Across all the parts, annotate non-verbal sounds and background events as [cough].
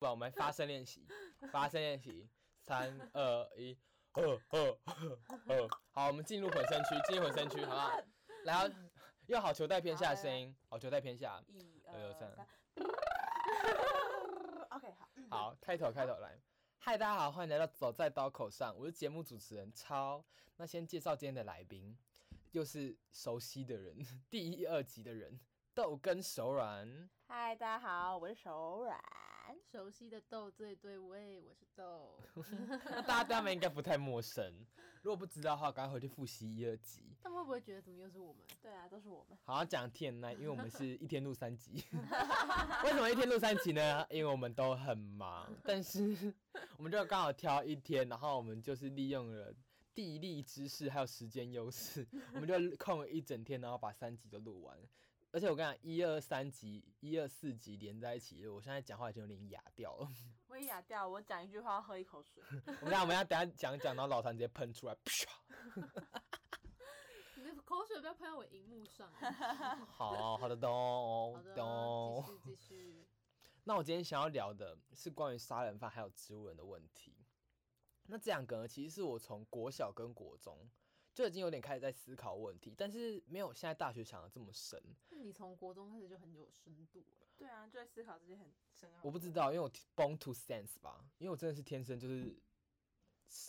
吧，我们发声练习，发声练习，三二一，呃呃呃，好，我们进入混声区，进入混声区，好不好？然后要好球带偏下的声音，好球带偏下，一二二三三。OK，好，嗯好，开头开头来。嗨，大家好，欢迎来到《走在刀口上》，我是节目主持人超。那先介绍今天的来宾，又是熟悉的人， [laughs] 第一、二集的人，豆根手软。嗨，大家好，我是手软。熟悉的豆最对味，我是 [laughs] 豆。那大家对他们应该不太陌生，如果不知道的话，赶快回去复习一、二集。他们会不会觉得怎么又是我们？对啊，都是我们。好像讲 T N I，因为我们是一天录三集。 [laughs] 为什么一天录三集呢？因为我们都很忙，但是 [laughs] 我们就刚好挑一天，然后我们就是利用了地利之势还有时间优势， [laughs] 我们就空了一整天，然后把三集都录完。而且我跟你讲，一二三集、一二四集连在一起，我现在讲话已经有点哑掉了。我也哑掉，我讲一句话要喝一口 [laughs] 水。我们俩我们要等一下讲一讲，然后老谭直接喷出来，啪！你的口水不要喷到我荧幕上。啊 [laughs] 好好的好咚的，咚。继续继续。那我今天想要聊的是关于杀人犯还有植物人的问题。那这两个呢，其实是我从国小跟国中就已经有点开始在思考问题，但是没有现在大学想的这么深。你从国中开始就很有深度欸了，对啊，就在思考这些很深奥。我不知道，因为我 born to sense 吧，因为我真的是天生就是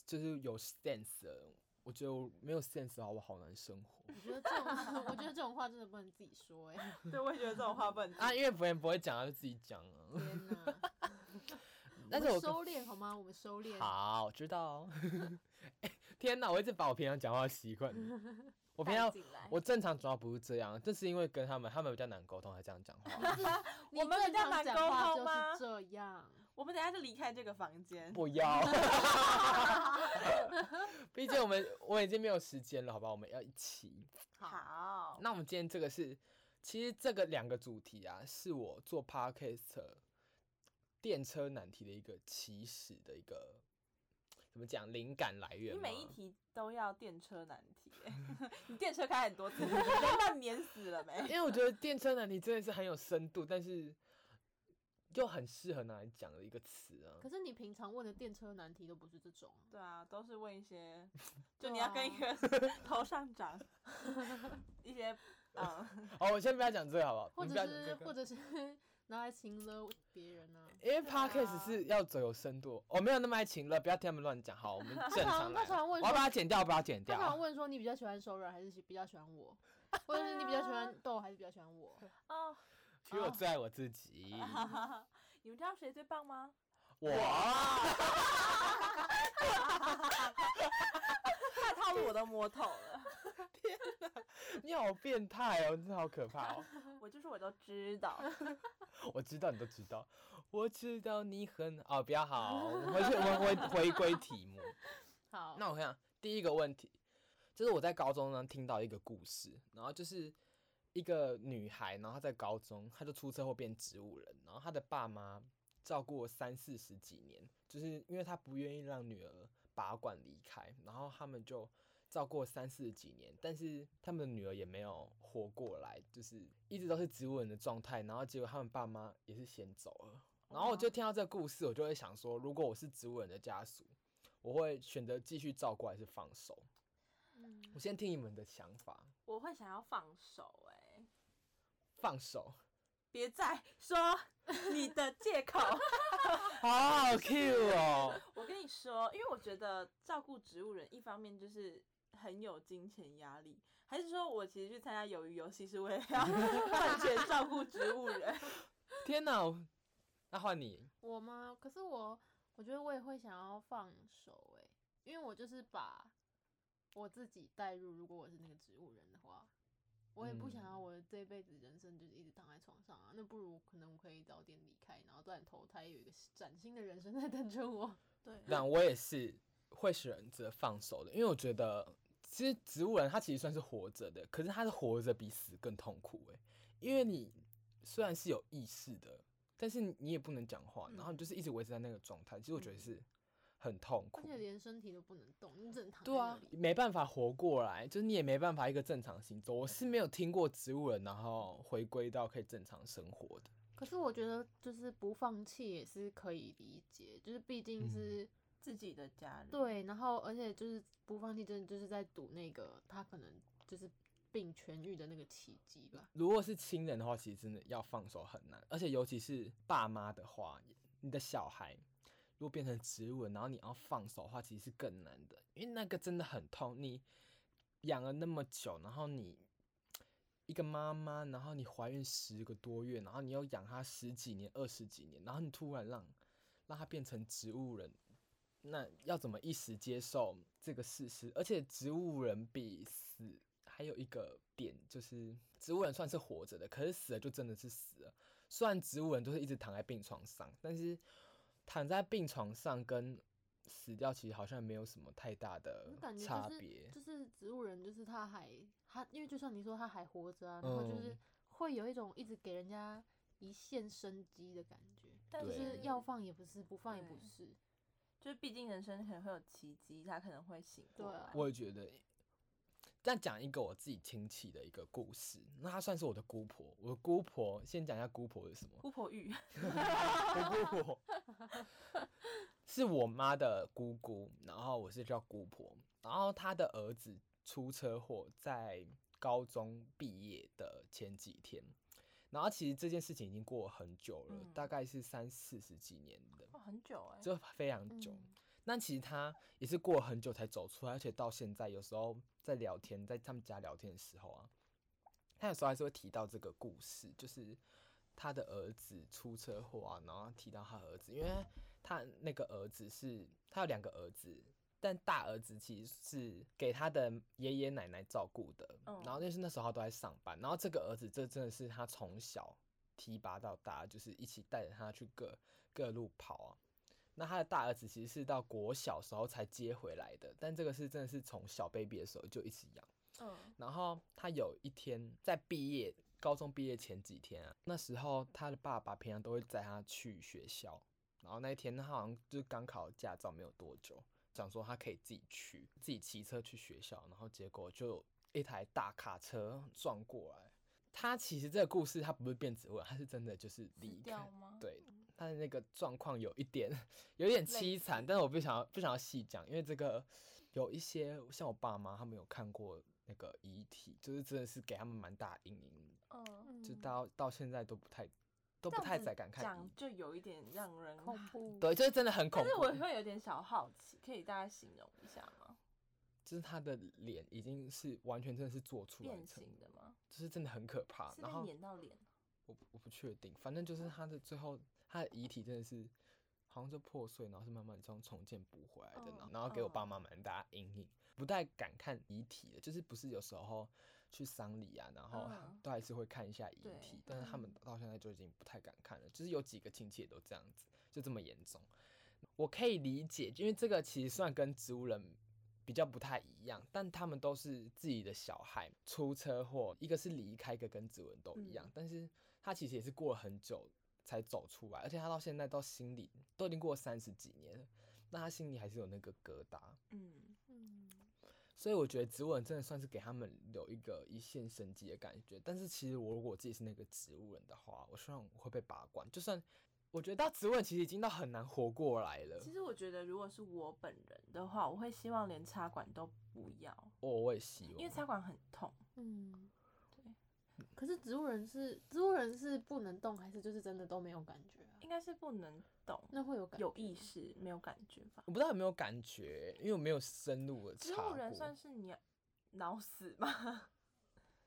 就是有 sense 的人。我觉得我没有 sense 的话，我好难生活我觉得这种， [laughs] 我觉得这种话真的不能自己说 [laughs] 哎、对，我也觉得这种话不能啊！因为别人不会讲，他就自己讲啊。天哪！ [laughs] 但是我我们收敛好吗？我们收敛。好，我知道 [laughs] 哦。天哪，我一直把我平常讲话的习惯，我平带常进来。我正常主要不是这样，这是因为跟他们，他们比较难沟通，才这样讲话。 [laughs] 你我们比正较常难讲话沟就通吗是这样。我们等一下就离开这个房间。不要，毕竟我们我已经没有时间了，好吧？我们要一起。好，那我们今天这个是，其实这个两个主题啊，是我做 podcast 电车难题的一个起始的一个怎么讲灵感来源你吗。每一题都要电车难题， [laughs] 你电车开很多次，你都半碾死了没？ [laughs] 因为我觉得电车难题真的是很有深度，但是又很适合拿来讲的一个词啊。可是你平常问的电车难题都不是这种啊，对啊，都是问一 [laughs] 些，就对啊你要跟一个 [laughs] 头上长一些， [laughs] 嗯，好，我先不要讲这个好不好？或我们不要者讲是、这个或者是 [laughs] 拿来情勒别人啊。因为 podcast 是要走有深度，我、没有那么爱情了，不要听他们乱讲。 [laughs] 好，我们正常来。他常他常我问要说把它剪掉，我要把它剪他常掉。问哦说你比较喜欢手软还是比较喜欢我，或者是你比较喜 [laughs] 欢豆还是比较喜欢我？哦，其实我最爱我自 [laughs] 己， [laughs] 你们知道谁最棒吗？我 [laughs] 他套路我都摸透 [laughs] 了，你好变态哦，你真的好可怕哦！我就说我都知道。我知道你都知道，我知道你很哦，比较好。我回去我回回归题目。好，那我想第一个问题，就是我在高中呢听到一个故事，然后就是一个女孩，然后她在高中，她就出车祸变植物人，然后她的爸妈照顾了三四十几年，就是因为她不愿意让女儿拔管离开，然后他们就照顾了三四十几年，但是他们的女儿也没有活过来，就是一直都是植物人的状态，然后结果他们爸妈也是先走了。然后我就听到这个故事，我就会想说，如果我是植物人的家属，我会选择继续照顾还是放手？我先听你们的想法， [laughs] 我会想要放手、哎，放手，别再说你的借口。好 Q 哦， [laughs] 我跟你说，因为我觉得照顾植物人，一方面就是很有金钱压力，还是说我其实去参加鱿鱼游戏是为了要 [laughs] 赚钱照顾植物人？天哪！我那换你，我吗？可是我我觉得我也会想要放手哎、因为我就是把我自己带入，如果我是那个植物人的话，我也不想嗯要我这辈子人生就是一直躺在床上啊，那不如可能我可以早点离开，然后早点投胎，有一个崭新的人生在等着我。对那我也是会选择放手的，因为我觉得其实植物人他其实算是活着的，可是他的活着比死更痛苦诶、因为你虽然是有意识的，但是你也不能讲话，然后你就是一直维持在那个状态，其实我觉得是很痛而苦，且连身体都不能动，你只能躺在对那啊里。，没办法活过来，就是你也没办法一个正常行走。我是没有听过植物人然后回归到可以正常生活的。可是我觉得就是不放弃也是可以理解，就是毕竟嗯是、 [laughs] 自己的家人。，对，然后而且就是不放弃，真的就是在赌那个他可能就是病痊愈的那个奇迹吧。如果是亲人的话，其实真的要放手很难，而且尤其是爸妈的话，你的小孩如果变成植物人，然后你要放手的话，其实是更难的，因为那个真的很痛。你养了那么久，然后你一个妈妈，然后你怀孕十个多月，然后你又养它十几年、二十几年，然后你突然让让它变成植物人。那要怎么一时接受这个事实？而且植物人比死还有一个点就是，植物人算是活着的，可是死了就真的是死了。虽然植物人都是一直躺在病床上，但是躺在病床上跟死掉其实好像没有什么太大的我感觉差就别是。就是植物人，就是他还他，因为就像你说他还活着啊，然后就是嗯会有一种一直给人家一线生机的感觉，但就对是要放也不是，不放也不对是。就是毕竟人生可能会有奇迹，他可能会醒过对来。啊我也觉得。再讲一个我自己亲戚的一个故事，那她算是我的姑婆。我的姑婆先讲一下姑婆是什么。姑婆玉， [laughs] 我姑婆是我妈的姑姑，然后我是叫姑婆，然后她的儿子出车祸，在高中毕业的前几天，然后其实这件事情已经过了很久了，嗯大概是三四十几年的，哇，很久哎、这非常久。嗯，那其实他也是过了很久才走出来，而且到现在有时候在聊天，在他们家聊天的时候啊，他有时候还是会提到这个故事，就是他的儿子出车祸啊，然后提到他儿子，因为他那个儿子是他有两个儿子，但大儿子其实是给他的爷爷奶奶照顾的，嗯然后就是那时候他都在上班，然后这个儿子这真的是他从小提拔到大，就是一起带着他去各各路跑啊。那他的大儿子其实是到国小时候才接回来的，但这个是真的是从小 baby 的时候就一直养。嗯，然后他有一天在毕业，高中毕业前几天啊，那时候他的爸爸平常都会载他去学校，然后那一天他好像就是刚考驾照没有多久，想说他可以自己去，自己骑车去学校，然后结果就有一台大卡车撞过来。他其实这个故事他不是变植物人，他是真的就是死离掉开，吗？，对他的那个状况有一点有一点类凄惨，似但是我不想要不想要细讲，因为这个有一些像我爸妈他们有看过那个遗体，就是真的是给他们蛮大阴影，嗯，就嗯到到现在都不太都都不太再敢看遗讲体，就有一点让人嗯恐怖。嗯对，就是真的很恐 [laughs] 但是我怖，会有点小好奇，可以大家形容一下吗？就是他的脸已经是完全真的是做出来变成，形的吗？就是真的很可怕，是被然后碾到脸？我不我不确定，反正就是他的最后他的遗体真的是好像就破碎，然后是慢慢这样重建补回来的，然后哦然后给我爸哦妈蛮大阴影，不太敢看遗体了，就是不是有时候去丧礼啊，然后嗯都还是会看一下遗对嗯体，但是他们到现在就已经不太敢看了，就是有几个亲戚也都这样子，就这么严重。我可以理解，因为这个其实算跟植物人比较不太一样，但他们都是自己的小孩出车祸，一个是离开，一个跟指纹都一样，嗯但是他其实也是过了很久才走出来，而且他到现在到心里都已经过三十几年了，那他心里还是有那个疙瘩，嗯，嗯，所以我觉得植物人真的算是给他们留一个一线生机的感觉。但是其实我如果我自己是那个植物人的话，我希望我会被拔管，就算。我觉得到植物人其实已经到很难活过来了。其实我觉得如果是我本人的话，我会希望连插管都不要，我哦我也希望，因为插管很痛。嗯，对，可是植物人是植物人是不能动，还是就是真的都没有感觉啊？应该是不能动，那会有感有觉意吗识没有感觉吧？我不知道有没有感觉，因为我没有深入的植查物过。人算是你 [laughs] 脑死吗？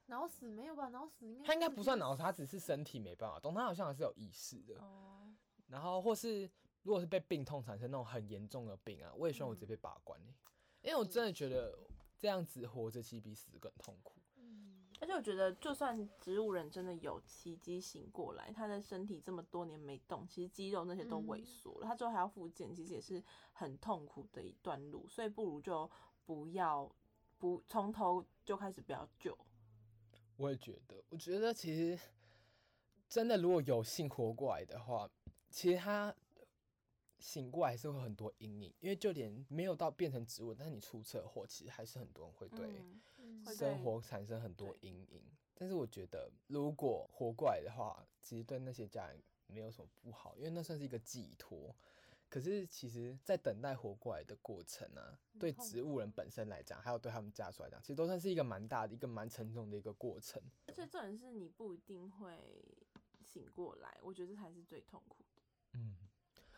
脑死没有吧？脑死应该他应该是不就算是脑死，他只是身体没办法动，他好像还是有意识的。哦，然后或是如果是被病痛产生那种很严重的病啊，我也希望我直接被拔管、欸嗯因为我真的觉得这样子活着其实比死更痛苦。嗯而且我觉得，就算植物人真的有奇迹醒过来，他的身体这么多年没动，其实肌肉那些都萎嗯缩了，他之后还要复健，其实也是很痛苦的一段路，所以不如就不要不从头就开始不要救。我也觉得，我觉得其实真的如果有幸活过来的话，其实他醒过来是会有很多阴影，因为就连没有到变成植物，但是你出车祸，其实还是很多人会对。嗯嗯会生被活产生很多对阴影。但是我觉得，如果活过来的话，其实对那些家人没有什么不好，因为那算是一个寄托。可是其实，在等待活过来的过程啊，很对痛植物人苦本身来讲，还有对他们家属来讲，其实都算是一个蛮大的、一个蛮沉重的一个过程。而且重点是你不一定会醒过来，我觉得这才是最痛苦的。嗯，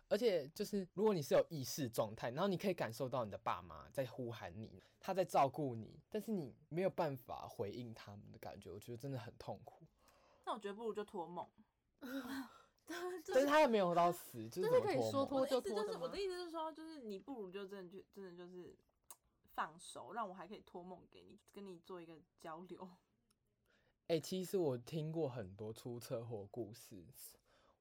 而且就是如果你是有意识状态，然后你可以感受到你的爸妈在呼喊你，他在照顾你，但是你没有办法回应他们的感觉，我觉得真的很痛苦。那我觉得不如就托梦。 [laughs] 但是他又没有到死，就是但怎么是可以说梦脱我的就意思脱就的是我吗的意思是说，就是你不如就真的就真的就是放手，让我还可以托梦给你，跟你做一个交流。哎、其实我听过很多出车祸故事，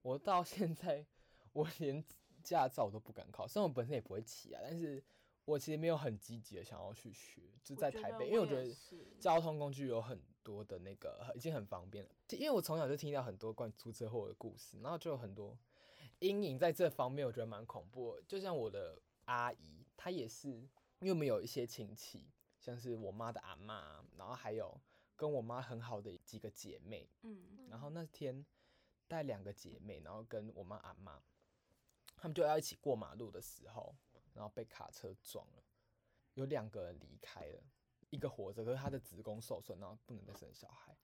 我到现在我连驾照我都不敢考，虽然我本身也不会骑啊，但是我其实没有很积极的想要去学，就我在觉台得北，因为我我觉也得是交通工具有很多的那个已经很方便了，因为我从小就听到很多关于出车祸的故事，然后就有很多阴影在这方面，我觉得蛮恐怖的。就像我的阿姨，她也是，因为我们有一些亲戚，像是我妈的阿妈，然后还有跟我妈很好的几个姐妹，嗯，然后那天带两个姐妹，然后跟我妈阿妈，她们就要一起过马路的时候，然后被卡车撞了，有两个人离开了，一个活着，可是她的子宫受损，然后不能再生小孩。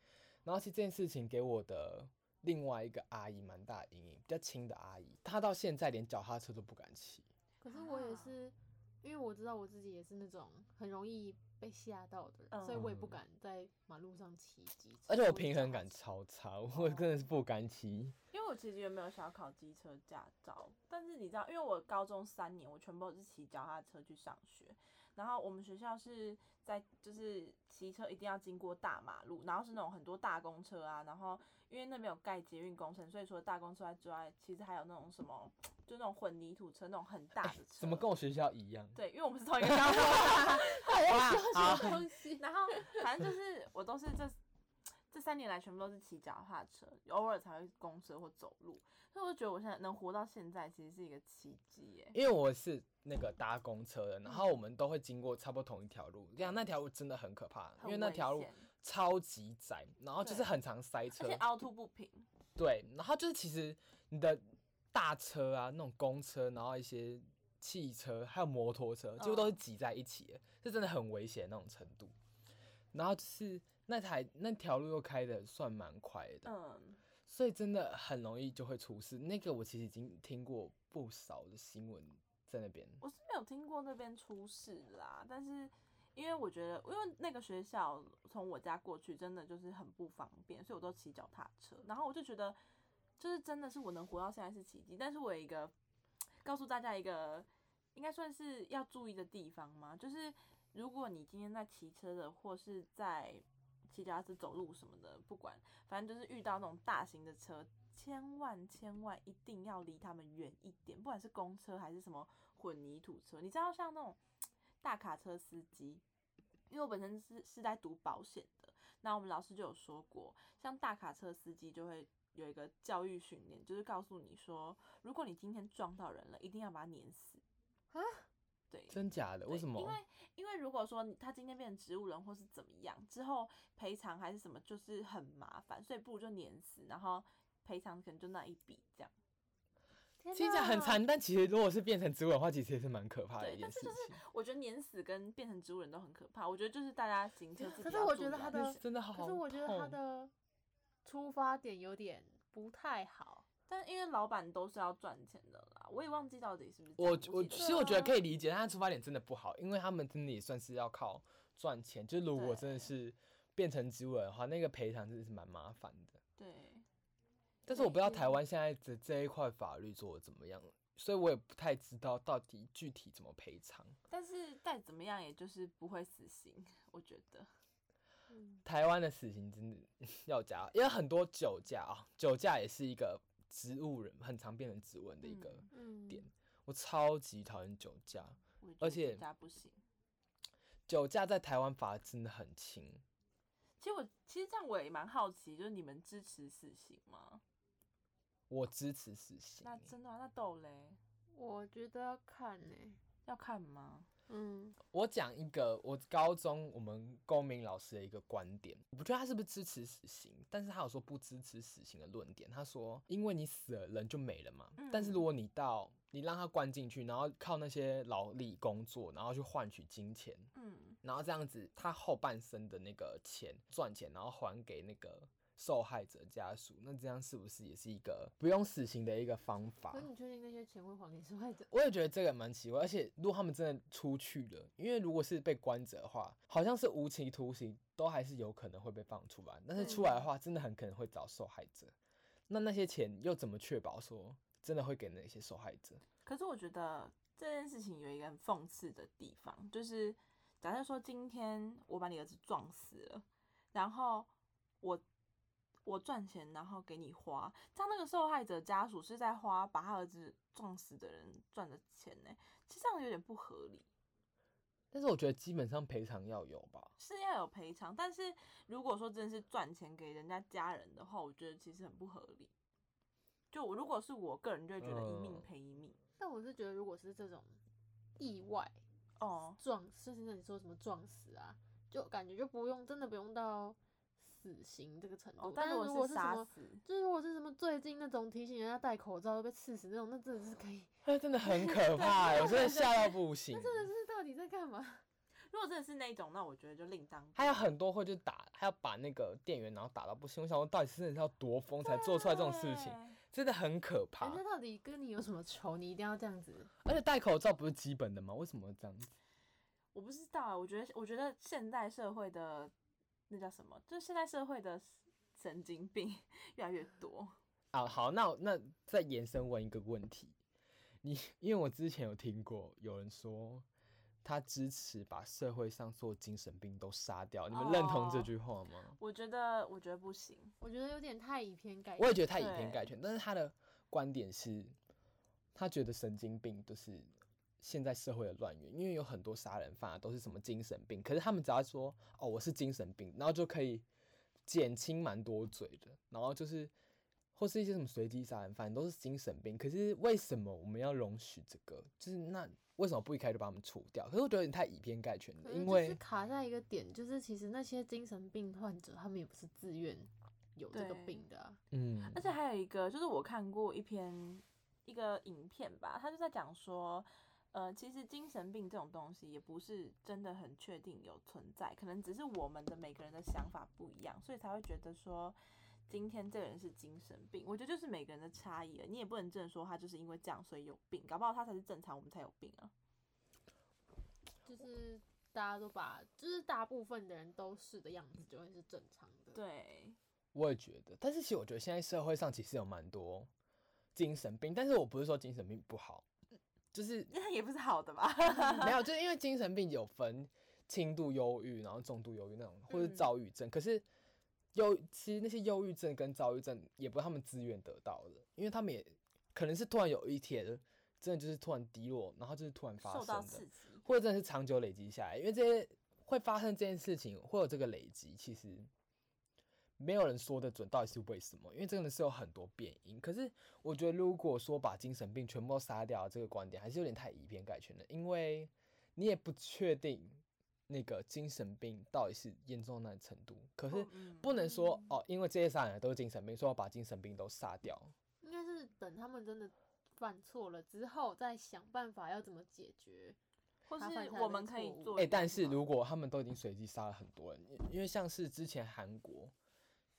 然后其实这件事情给我的另外一个阿姨蛮大的阴影，比较亲的阿姨，她到现在连脚踏车都不敢骑。 [laughs] 可是我也啊是，因为我知道我自己也是那种很容易被吓到的人，所以我也不嗯敢在马路上骑机车。而且我或平脚衡踏感车超差，我真的是不敢骑。因为我其实原本有想要考机车驾照，但是你知道，因为我高中三年我全部都是骑脚踏车去上学，然后我们学校是在就是骑车一定要经过大马路，然后是那种很多大公车啊，然后因为那边有盖捷运工程，所以除了大公车之外，其实还有那种什么，就那种混凝土车那种很大的车。哎怎么跟我学校一样？对，因为我们是同一个 [laughs] 高中。 [laughs] 啊，东西， [laughs] 然后反正就是我都是这这三年来全部都是骑脚踏车，偶尔才会公车或走路，所以我就觉得我现在能活到现在其实是一个奇迹耶。因为我是那个搭公车的，然后我们都会经过差不多同一条路，这样那条路真的很可怕，因很为那危条路险超级窄，然后就是对很常塞而车且，凹凸不平，对，然后就是其实你的大车啊，那种公车，然后一些汽车还有摩托车，几乎嗯都是挤在一起的，是真的很危险的那种程度。然后就是那台那条路又开的算蛮快的，嗯，所以真的很容易就会出事。那个我其实已经听过不少的新闻在那边。我是没有听过那边出事啦，但是因为我觉得，因为那个学校从我家过去真的就是很不方便，所以我都骑脚踏车，然后我就觉得，就是真的是我能活到现在是奇迹，但是我有一个告诉大家一个应该算是要注意的地方嘛，就是如果你今天在骑车的，或是在骑脚踏车走路什么的，不管，反正就是遇到那种大型的车，千万千万一定要离他们远一点，不管是公车还是什么混凝土车，你知道像那种大卡车司机，因为我本身是是在读保险的，那我们老师就有说过，像大卡车司机就会。有一个教育训练，就是告诉你说，如果你今天撞到人了，一定要把他碾死啊！对，真假的？对为什么？因为因为如果说你他今天变成植物人或是怎么样，之后赔偿还是什么，就是很麻烦，所以不如就碾死，然后赔偿可能就那一笔这样。天听起来很哪残，但其实如果是变成植物的话，其实也是蛮可怕的对一件但事是情。我觉得碾死跟变成植物人都很可怕，我觉得就是大家行车自己可是要我注意觉啊得他安的全是真的好可是我觉得他痛的出发点有点不太好。但因为老板都是要赚钱的啦，我也忘记到底是不是这样我我记得其实我觉得啊可以理解，但他出发点真的不好，因为他们真的也算是要靠赚钱。就是如果真的对是变成植物人的话，那个赔偿真的是蛮麻烦的。对。但是我不知道对台湾现在的这一块法律做的怎么样，所以我也不太知道到底具体怎么赔偿。但是再怎么样，也就是不会死刑，我觉得。嗯，台湾的死刑真的 [laughs] 要加，因为很多酒驾啊，酒驾也是一个植物人很常变成植物人的一个。嗯点我超级讨厌酒驾，我也觉得而且大家不行。酒驾在台湾罚真的很轻。其实我其实这样我也蛮好奇，就是你们支持死刑吗？我支持死刑那欸，真的、啊、那豆嘞我觉得要看呢、要看吗？嗯，我讲一个我高中我们公民老师的一个观点，我不知道他是不是支持死刑，但是他有说不支持死刑的论点。他说，因为你死了人就没了嘛，嗯但是如果你到你让他关进去，然后靠那些劳力工作，然后去换取金钱，嗯，然后这样子他后半生的那个钱赚钱，然后还给那个。受害者家属，那这样是不是也是一个不用死刑的一个方法？可是你确定那些钱会还给受害者？我也觉得这个蛮奇怪，而且如果他们真的出去了，因为如果是被关着的话，好像是无期徒刑，都还是有可能会被放出来。但是出嗯来的话，真的很可能会找受害者。那那些钱又怎么确保说真的会给那些受害者？可是我觉得这件事情有一个很讽刺的地方，就是假设说今天我把你儿子撞死了，然后我我赚钱，然后给你花，这样那个受害者家属是在花把他儿子撞死的人赚的钱呢、其实这样有点不合理。但是我觉得基本上赔偿要有吧。是要有赔偿，但是如果说真的是赚钱给人家家人的话，我觉得其实很不合理。就我如果是我个人，就会觉得一命嗯赔一命。 [laughs] 但我是觉得，如果是这种意外哦，撞，就是那你说什么撞死啊，就感觉就不用，真的不用到死刑这个程度。哦，但但是如果是是什杀么，死，就是如果是什么最近那种提醒人家戴口罩都被刺死那种，那真的是可以，那真的很可怕、 [laughs] 欸，我真的吓到不行那。真的是到底在干嘛？如果真的是那一种，那我觉得就另当别论。还有很多会就打，还要把那个店员然后打到不行。我想说，到底是真的是要多疯才做出来这种事情，对真的很可怕人。家到底跟你有什么仇？你一定要这样子？而且戴口罩不是基本的吗？为什么这样子？我不知道啊，我觉得我觉得现代社会的那叫什么，就是现代社会的神经病 [laughs] 越来越多。啊，好，那我那再延伸问一个问题，你 [laughs] 因为我之前有听过有人说他支持把社会上所有精神病都杀掉，你们认同这哦句话吗？我觉得我觉得不行，我觉得有点太以偏概全。我也觉得他以偏对概全，但是他的观点是，他觉得神经病就是现在社会的乱源，因为有很多杀人犯啊都是什么精神病，可是他们只要说哦我是精神病，然后就可以减轻蛮多罪的，然后就是或是一些什么随机杀人犯都是精神病，可是为什么我们要容许这个？就是那为什么不一开始就把他们除掉？可是我觉得你太以偏概全可了，是因就为是卡在一个点，就是其实那些精神病患者，他们也不是自愿有这个对病的、啊。嗯，而且还有一个就是我看过一篇一个影片吧，他就在讲说，呃，其实精神病这种东西也不是真的很确定有存在，可能只是我们的每个人的想法不一样，所以才会觉得说。今天这个人是精神病，我觉得就是每个人的差异了。你也不能真的说他就是因为这样所以有病，搞不好他才是正常，我们才有病啊。就是大家都把，就是大部分的人都是的样子，就会是正常的。，对，我也觉得，但是其实我觉得现在社会上其实有蛮多精神病，但是我不是说精神病不好， [laughs] 就是那也不是好的吧？没有，就是因为精神病有分轻度忧郁，然后重度忧郁那种，或是嗯躁郁症。可是忧，其实那些忧郁症跟躁郁症也不是他们自愿得到的，因为他们也可能是突然有一天，真的就是突然低落，然后就是突然发受生到的刺，激，或者真的是长久累积下来，因为这些会发生这件事情，会有这个累积，其实没有人说得准到底是为什么，因为真的是有很多变因。可是我觉得，如果说把精神病全部都杀掉，这个观点还是有点太以偏概全了，因为你也不确定那个精神病到底是严重到哪个程度。可是嗯不能说哦，因为这些杀人都是精神病，所以要把精神病都杀掉。应该是等他们真的犯错了之后，再想办法要怎么解决。或他犯是下我的们可以错误做一点什么。哎、但是如果他们都已经随机杀了很多人，因因为像是之前韩国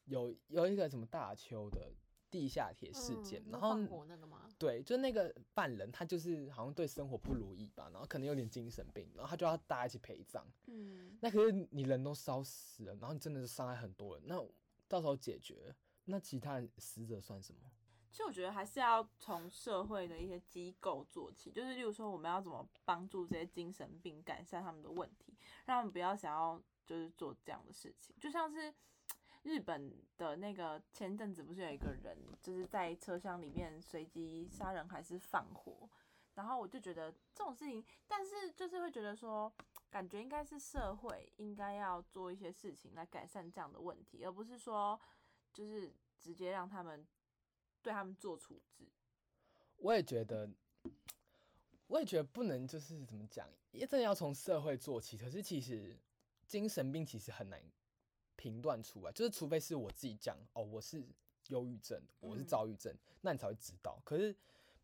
有有一个什么大邱的地下铁事件，嗯、然后放火那个吗？对，就那个犯人他就是好像对生活不如意吧，然后可能有点精神病，然后他就要大家一起陪葬。嗯，那可是你人都烧死了，然后你真的是伤害很多人，那到时候解决，那其他人死者算什么？其实我觉得还是要从社会的一些机构做起，就是例如说我们要怎么帮助这些精神病改善他们的问题，让他们不要想要就是做这样的事情，就像是。日本的那个前阵子不是有一个人就是在车厢里面随机杀人还是放火，然后我就觉得这种事情，但是就是会觉得说，感觉应该是社会应该要做一些事情来改善这样的问题，而不是说就是直接让他们对他们做处置。我也觉得，我也觉得不能就是怎么讲，也真的要从社会做起。可是其实精神病其实很难评断出来，就是除非是我自己讲哦，我是忧郁症，我是嗯躁郁症，那你才会知道。可是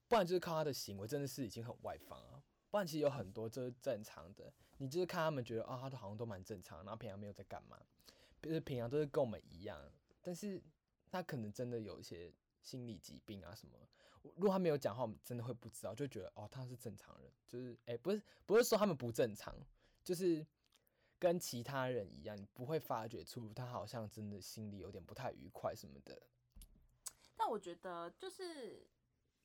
不然就是靠他的行为，真的是已经很外放啊。不然其实有很多就是正常的，你就是看他们觉得啊、他都好像都蛮正常，然后平常没有在干嘛，就是平常都是跟我们一样，但是他可能真的有一些心理疾病啊什么。我如果他没有讲话，我们真的会不知道，就觉得哦他是正常人，就是哎、不是不是说他们不正常，就是跟其他人一样，你不会发觉出他好像真的心里有点不太愉快什么的。但我觉得就是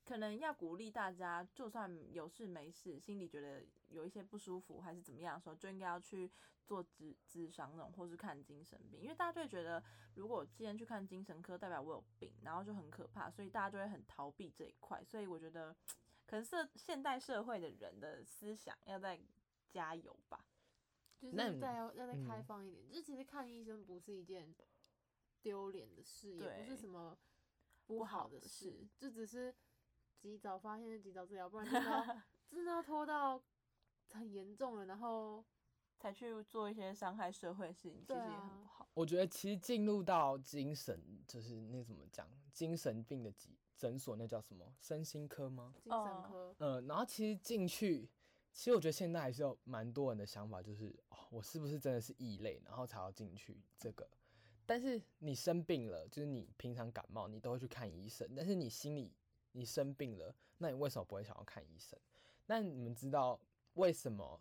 可能要鼓励大家，就算有事没事，心里觉得有一些不舒服还是怎么样的时候，就应该要去做智智商那种，或是看精神病，因为大家就会觉得，如果我今天去看精神科，代表我有病，然后就很可怕，所以大家就会很逃避这一块。所以我觉得，可能社现代社会的人的思想要再加油吧。就是那你再要要再开嗯放一点，就其实看医生不是一件丢脸的事，也不对是什么不不好好的的事事，就只是及早发现就及早治疗，不然真的 [laughs] 要真的要拖到很严重了，然后才去做一些伤害社会的事情，其实对也很啊不好。我觉得其实进入到精神，就是那怎么讲，精神病的疾诊所，那叫什么身心科吗？精神哦科呃，然后其实进去，其实我觉得现在还是有蛮多人的想法，就是哦，我是不是真的是异类，然后才要进去这个。但是你生病了，就是你平常感冒，你都会去看医生，但是你心里你生病了，那你为什么不会想要看医生？那你们知道为什么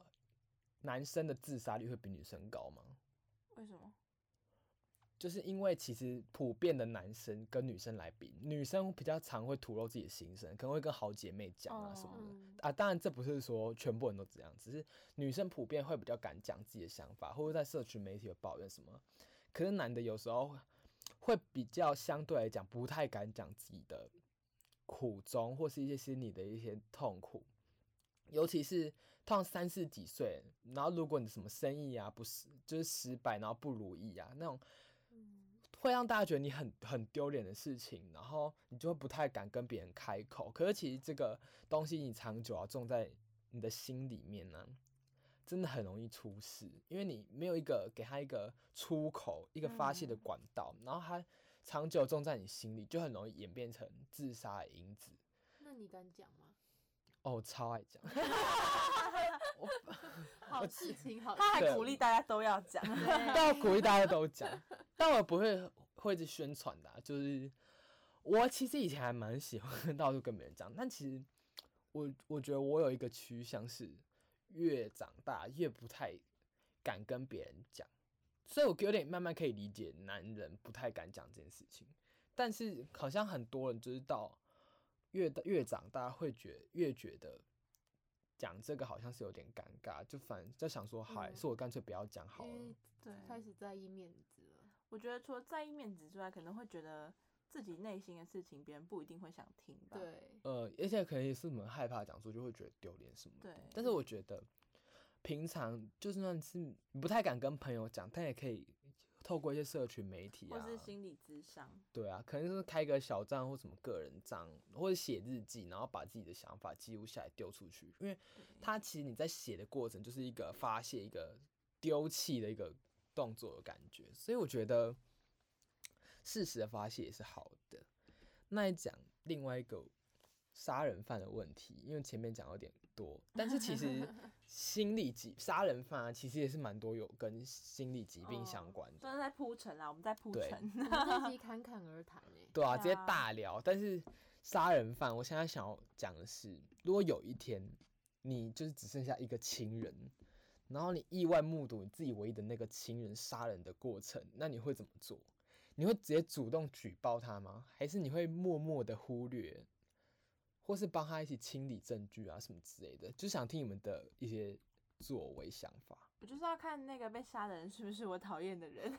男生的自杀率会比女生高吗？为什 [laughs] 么？就是因为其实普遍的男生跟女生来比，女生比较常会吐露自己的心声，可能会跟好姐妹讲啊什么的、哦嗯啊。当然，这不是说全部人都这样，只是女生普遍会比较敢讲自己的想法，或者在社群媒体有抱怨什么。可是男的有时候会比较相对来讲不太敢讲自己的苦衷，或是一些心里的一些痛苦。尤其是通常三四几岁，然后如果你什么生意啊不是就是失败，然后不如意啊那种，会让大家觉得你很很丢脸的事情，然后你就会不太敢跟别人开口。可是其实这个东西你长久啊种在你的心里面呢、真的很容易出事，因为你没有一个给他一个出口、一个发泄的嗯管道，然后他长久种在你心里，就很容易演变成自杀的因子。那你敢讲吗？哦，我超爱讲。我好事情 [laughs] 好事，他还对啊鼓励大家都要讲。但我对，鼓励大家都讲，但我不会会一直宣传的啊、就是我其实以前还蛮喜欢到处跟别人讲，但其实我我觉得我有一个趋向是越长大越不太敢跟别人讲，所以我有点慢慢可以理解男人不太敢讲这件事情，但是好像很多人就是到越大越长大会觉越觉得。讲这个好像是有点尴尬，就反就想说，还嗯是我干脆不要讲 [laughs] 好了。啊因为对开始在意面子了。我觉得除了在意面子之外，可能会觉得自己内心的事情别人不一定会想听吧。，对， [laughs] 呃，而且可能也是我们害怕讲出，就会觉得丢脸什么的。对但是我觉得，平常就算是你不太敢跟朋友讲，但也可以透过一些社群媒体或啊，是心理智商。对啊，可能是开个小账或什么个人账，或者写日记，然后把自己的想法记录下来丢出去，因为对它其实你在写的过程就是一个发泄、一个丢弃的一个动作的感觉，所以我觉得适时的发泄也是好的。那也讲另外一个杀人犯的问题，因为前面讲有点多，但是其实心理疾杀人犯啊，其实也是蛮多有跟心理疾病相哦关的。算是在铺陈啦，我们在铺对我 [laughs] 陈。们这集侃侃而谈欸诶、对啊，对直接啊大聊。但是杀人犯，我现在想要讲的是，如果有一天你就是只剩下一个亲人，然后你意外目睹你自己唯一的那个亲人杀人的过程，那你会怎么做？你会直接主动举报他吗？还是你会默默的忽略，或是帮他一起清理证据啊什么之类的？就想听你们的一些作为想法。我就是要看那个被杀的人是不是我讨厌的人。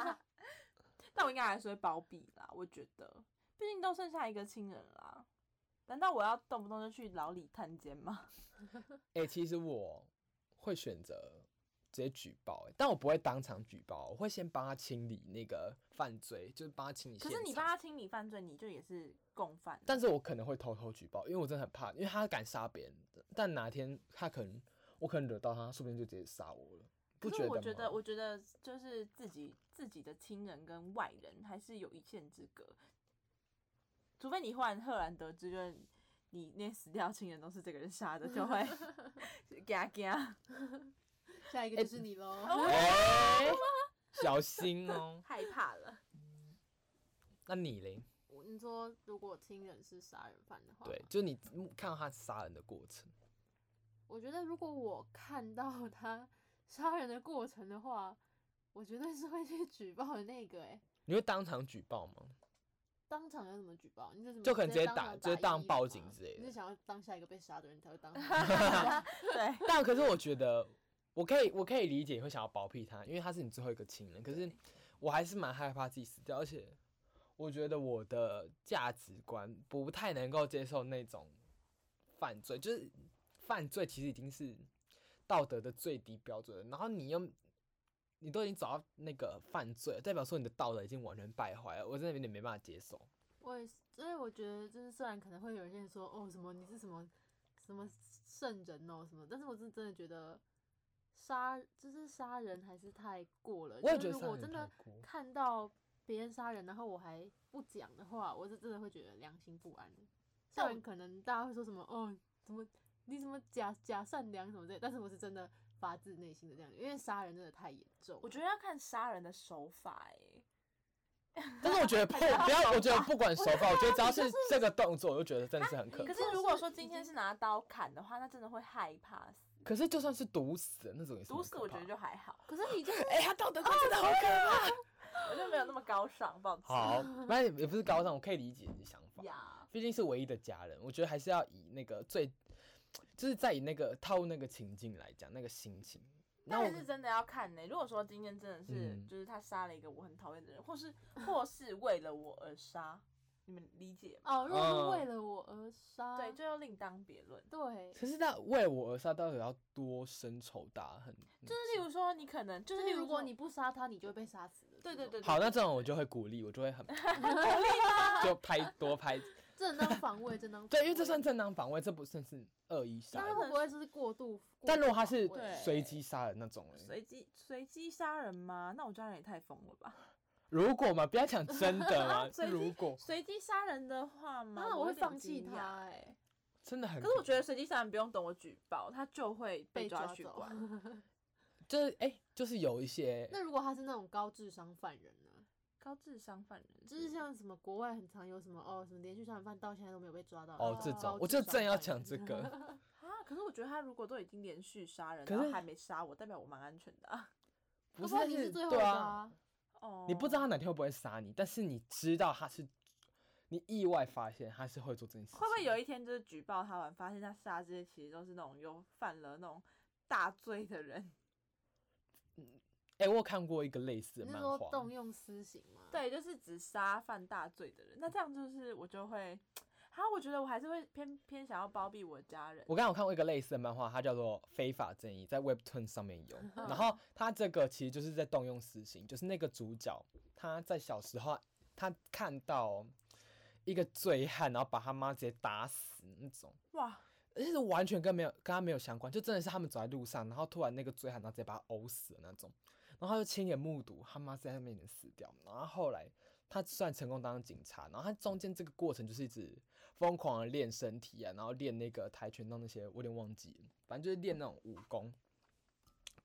[laughs] 但我应该还是会包庇啦，我觉得，毕竟都剩下一个亲人啦。难道我要动不动就去牢里探监吗？哎、其实我会选择直接举报、欸，但我不会当场举报，我会先帮他清理那个犯罪，就是帮他清理现可场。是你帮他清理犯罪，你就也是共犯。但是我可能会偷偷举报，因为我真的很怕，因为他敢杀别人，但哪天他可能我可能惹到他，说不定就直接杀我了，不可觉是得我吗？觉得，我觉得就是自己自己的亲人跟外人还是有一线之隔，除非你忽然赫然得知，就是你那些死掉的亲人都是这个人杀的，就 [laughs] 会嘎嘎。下一个就是你 [laughs] 喽。哎小心哦 [laughs] 害怕了。那你嘞？我你说如果亲人是杀人犯的话，对，，就你看到他杀人的过程，我觉得如果我看到 [laughs] 他杀人的过程的话，我绝对是会去举报的那个、欸。你会当场举报吗？当场要怎么举报？你就怎么就可能直直接接打当直场接当110报吗警之类的你是想要当下一个被杀的人才 [laughs] 会当场？对，但可是我觉得，我可以，我可以理解你会想要保庇他，因为他是你最后一个亲人。可是我还是蛮害怕自己死掉，而且我觉得我的价值观不太能够接受那种犯罪，就是犯罪其实已经是道德的最低标准了，然后你又。你都已经找到那个犯罪了，代表说你的道德已经完全败坏了，我真的有点没办法接受。我也是，因为我觉得就是虽然可能会有些人说哦什么你是什么什么圣人哦什么，但是我是真的觉得杀就是杀人还是太过了。我也就觉得是如杀果我人真太的过看到别人杀人，然后我还不讲的话，我是真的会觉得良心不安的。虽但然我可能大家会说什么哦怎么你怎么假假善良什么之类，但是我是真的发自内心的这样觉得，因为杀人真的太严重了。我觉得要看杀人的手法、欸，但是我觉得不不要，啊我觉得不管手法，我觉得只要是就是这个动作，我就觉得真的是很可可怕。是就是如果说今已天经是拿刀砍的话，那真的会害怕死。可是就算是毒死的那种也是毒很死可我觉怕得就还好，可是你就是 [laughs] 哎、他道德观真的好可怕。我就没有那么高尚，抱歉。好， [laughs] 那也也不是高尚，我可以理解你的想法，呀，毕竟是唯一的家人，我觉得还是要以那个最，就是在以那个套入那个情境来讲，那个心情。那但我是真的要看呢、如果说今天真的是，嗯就是他杀了一个我很讨厌的人，或是 [laughs] 或是为了我而杀，你们理解吗？哦，如果嗯是为了我而杀，对，这又另当别论。对，可是那为我而杀，到底要多深仇大恨？就是例如说，你可能就就是例是如说果你不杀他，你就会被杀死的。对对对，，对好，那对这种我就会鼓励，我就会 [laughs] 很鼓励就拍多拍。正当防卫，正 [laughs] 当对，因为这防算卫。正当防卫，这不算是恶意杀但人。他会不会就是过度？但如果他过是度防卫随机杀人那种欸嘞、随机随机杀人吗？那我家人也太疯了吧！如果嘛，不要讲真的嘛， [laughs] 随机如果随机杀人的话嘛，那我啊我有会点放弃惊讶 [laughs] 他。哎，真的很可是我怕觉得随机杀人不用等我举报，他就会被抓抓去走关。。 [laughs] 就是哎、就是有一些那如果他是那种高智商犯人呢？高智商犯人嗯就是像什么国外很常有什么哦，什么连续杀人犯到现在都没有被抓到。哦那这高种，智我就商正要犯讲人这个。啊，可是我觉得他如果都已经连续杀人，可然后是还没杀我，代表我蛮安全的、啊。不搞好是，你是最后对一个啊，啊。哦，你不知道他哪天会不会杀你，但是你知道他是，你意外发现他是会做这件事情。会不会有一天就是举报他完，发现他杀这些其实都是那种有犯了那种大罪的人。 [laughs] 哎、我有看过一个类似你的是漫说画动，用私刑吗？，对，啊就是只杀犯大罪的人。那这样就是我就会，啊，我觉得我还是会偏偏想要包庇我家人。我刚刚有看过一个类似的漫画，它叫做《非法正义》，在 Webtoon 上面有。然后它这个其实就是在动用私刑，就是那个主角他在小时候他看到一个醉汉，然后把他妈直接打死那种。哇，而且是完全跟没有跟他没有相关，就真的是他们走在路上，然后突然那个追喊，然后直接把他殴死的那种，然后他就亲眼目睹他妈在他面前死掉，然后后来他虽然成功当上警察，然后他中间这个过程就是一直疯狂的练身体啊，然后练那个跆拳道那些，我有点忘记了，反正就是练那种武功，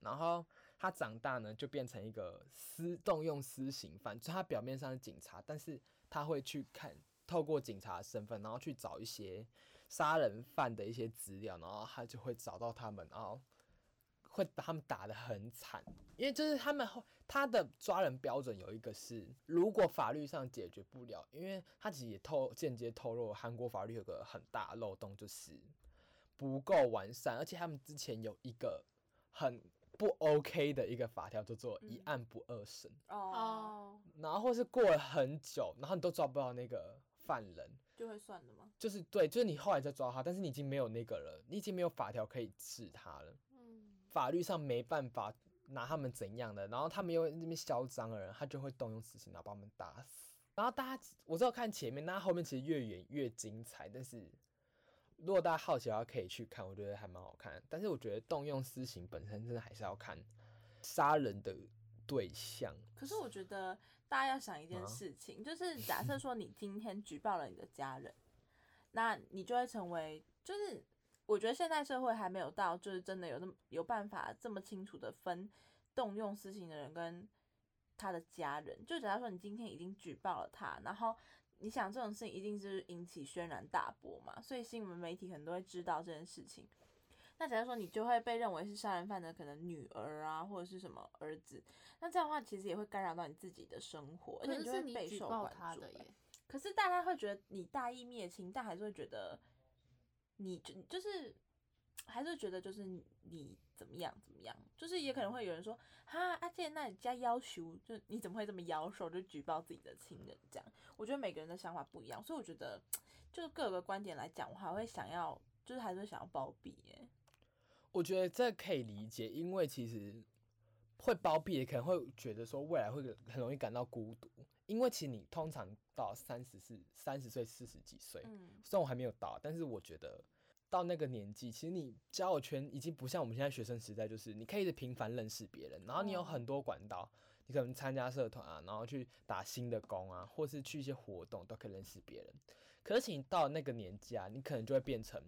然后。他长大呢，就变成一个私动用私刑犯，就他表面上是警察，但是他会去看透过警察的身份，然后去找一些杀人犯的一些资料，然后他就会找到他们，然后会把他们打得很惨，因为就是他们后他的抓人标准有一个是，如果法律上解决不了，因为他其实也透间接透露韩国法律有个很大的漏洞，就是不够完善，而且他们之前有一个很不 OK 的一个法条叫做一嗯案不二审，哦，哦，然后或是过了很久，然后你都抓不到那个犯人，就会算的吗？就是对，就是你后来再抓他，但是你已经没有那个了，你已经没有法条可以治他了，嗯，法律上没办法拿他们怎样的，然后他们又那边嚣张的人，他就会动用私刑，然后把他们打死。然后大家我知道看前面，那后面其实越远越精彩，但是如果大家好奇的话，可以去看，我觉得还蛮好看。但是我觉得动用私刑本身真的还是要看杀人的对象。可是我觉得大家要想一件啊事情，就是假设说你今天举报了你的家人，那你就会成为，就是我觉得现代社会还没有到，就是真的有那么有办法这么清楚的分动用私刑的人跟他的家人。就假如说你今天已经举报了他，然后你想这种事情一定是引起轩然大波嘛，所以新闻媒体可能都会知道这件事情。那假如说你就会被认为是杀人犯的可能女儿啊，或者是什么儿子，那这样的话其实也会干扰到你自己的生活，而且就可是会是你备举受报关他注的欸。耶，可是大家会觉得你大义灭亲，但还是会觉得你就就是还是会觉得就是你你怎么样怎么样，就是也可能会有人说哈阿健，那你家要求就你怎么会这么妖兽，就举报自己的亲人这样？我觉得每个人的想法不一样，所以我觉得就各个观点来讲，我还会想要就是还是会想要包庇耶、我觉得这可以理解，因为其实会包庇的可能会觉得说未来会很容易感到孤独，因为其实你通常到三十四、三十岁、四十几岁，嗯，虽然我还没有到，但是我觉得到那个年纪，其实你交友圈已经不像我们现在学生时代，就是你可以一直频繁认识别人，然后你有哦很多管道，你可能参加社团啊，然后去打新的工啊，或是去一些活动都可以认识别人。可是你到那个年纪啊，你可能就会变成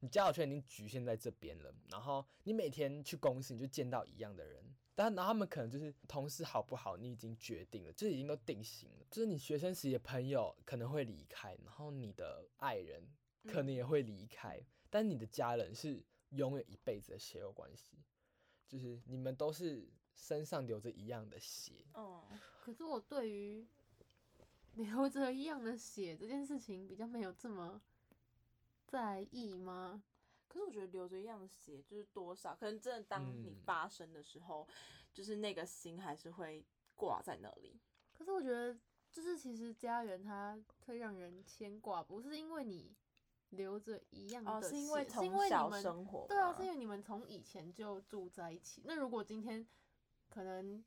你交友圈已经局限在这边了，然后你每天去公司你就见到一样的人。但然后他们可能就是同事好不好，你已经决定了，就是已经都定型了。就是你学生时期的朋友可能会离开，然后你的爱人可能也会离嗯开，但你的家人是永远一辈子的血肉关系，就是你们都是身上流着一样的血。嗯，可是我对于 [laughs] 流着一样的血这件事情比较没有这么在意吗？可是我觉得流着一样的血，就是多少，可能真的当你嗯发生的时候，就是那个心还是会挂在那里。可是我觉得，就是其实家人他会让人牵挂，不是因为你流着一样哦，的血，是因为是因从为你小们生活吗，对啊，是因为你们从以前就住在一起。那如果今天可能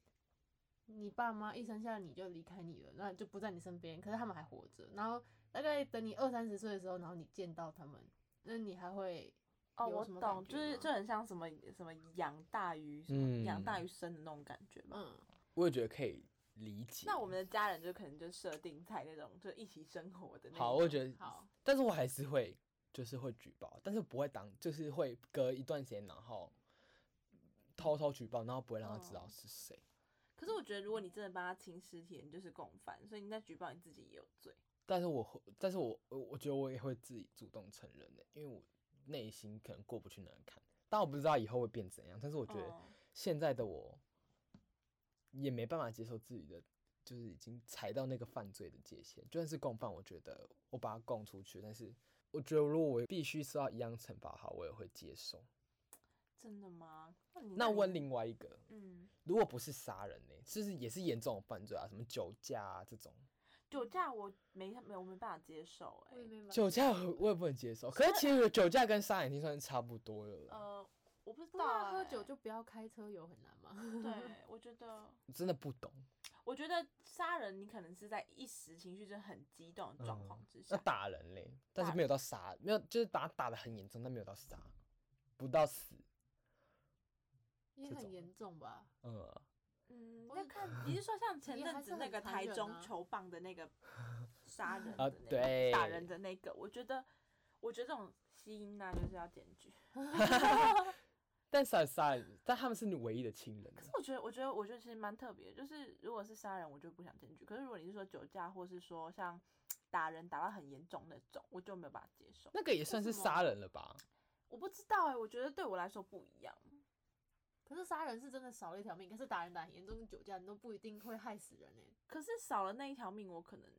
你爸妈一生下来你就离开你了，那就不在你身边，可是他们还活着。然后大概等你二三十岁的时候，然后你见到他们，那你还会哦，有我什么感懂，觉就是吗就很像什么什么养大于什么养大嗯于生的那种感觉吧。嗯，我也觉得可以理解。那我们的家人就可能就设定在那种就一起生活的那好，一我种觉得好，但是我还是会就是会举报，但是不会当，就是会隔一段时间，然后偷偷举报，然后不会让他知道哦是谁。可是我觉得如果你真的帮他清尸体，你就是共犯，所以你在举报你自己也有罪。但是我会，但是我我我觉得我也会自己主动承认的、因为我内心可能过不去那个坎。但我不知道以后会变怎样，但是我我觉得现在的我也没办法接受自己的，就是已经踩到那个犯罪的界限。就算是共犯，我觉得我把它供出去，但是我觉得如果我必须受到一样惩罚，好，我也会接受。真的吗？那你那你问另外一个，嗯，如果不是杀人呢、就是也是严重的犯罪啊，什么酒驾啊这种，酒驾我没没我没办法接受哎、我也没办法酒驾我我也不能接受。可是其实酒驾跟杀人已经算是差不多了啦，呃，我不知不是道、啊欸、喝酒就不要开车，有很难吗？ [laughs] 对，我觉得我真的不懂。我觉得杀人你可能是在一时情绪真的很激动的状嗯况之下那，打人嘞，但是打没有到杀，没有就是把他打的很严重，但没有到杀，不到死。也这很种严重吧？嗯，嗯，我要 [laughs] 也看你是说像前也阵还子是那很个残台忍中啊球棒的那个杀人的啊那个、打人对的那个，我觉得，我觉得这种吸音呐、就是要检举。但杀杀人，但他们是你唯一的亲人啊可。是我觉得，我觉得，我觉得其实蛮特别的，就是如果是杀人，我就不想检举。可是如果你是说酒驾，或是说像打人打到很严重那种，我就没有办法接受。那个也算是什么杀人了吧？我不知道哎、我觉得对我来说不一样。可是杀人是真的少了一条命，可是打人打得很严重跟酒驾你都不一定会害死人 [laughs] 哎、可是少了那一条命，我可能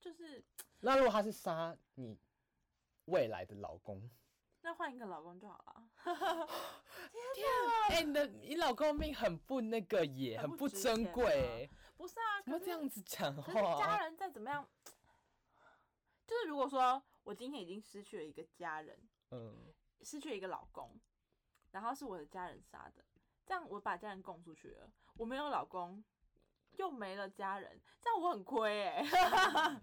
就是那如果他是杀你未来的老公，那换一个老公就好了。哎、你的你老公命很不那个也啊很很不不值珍钱啊贵、欸，不是啊，怎么这可是样子讲可是话家啊？人再怎么样，就是如果说我今天已经失去了一个家人，嗯，失去了一个老公，然后是我的家人杀的，这样我把家人供出去了，我没有老公，又没了家人，这样我很亏哎、啊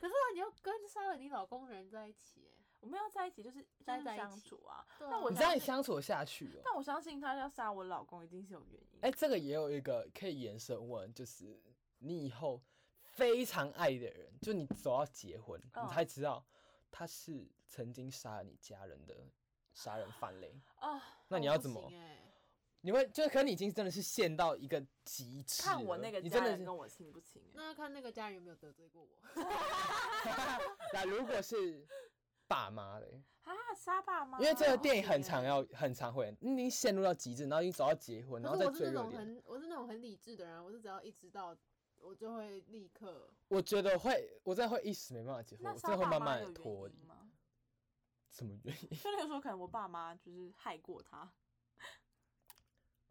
可是你要跟杀了你老公的人在一起哎、 [laughs] 我们要在一起就是就待是在一相起处啊。对那啊我你相这样信相处得下去哦。但我相信他要杀我老公一定是有原因。哎、这个也有一个可以延伸问，就是你以后非常爱的人，就你走到结婚，嗯你才知道他是曾经杀了你家人的杀人犯嘞。啊，那我你要不怎么行？欸你会就可能你已经真的是陷到一个极致了，看我那个你真家的人是。 [laughs] 跟我亲不亲、欸？那要看那个家人有没有得罪过我。那如果是爸妈 [laughs] 嘞，啊，杀爸妈？哦因为这个电影很不行常要很常会，你已经陷入到极致，然后已经走到结婚，然可后是再我是坠那入种点。很，我是那种很理智的人啊，我是只要一知道，我就会立刻。我觉得会，我真的会一时没办法结婚，那我杀真的会爸慢妈慢有的原脱离因。吗？什么原因？就例如说，可能我爸妈就是害过他，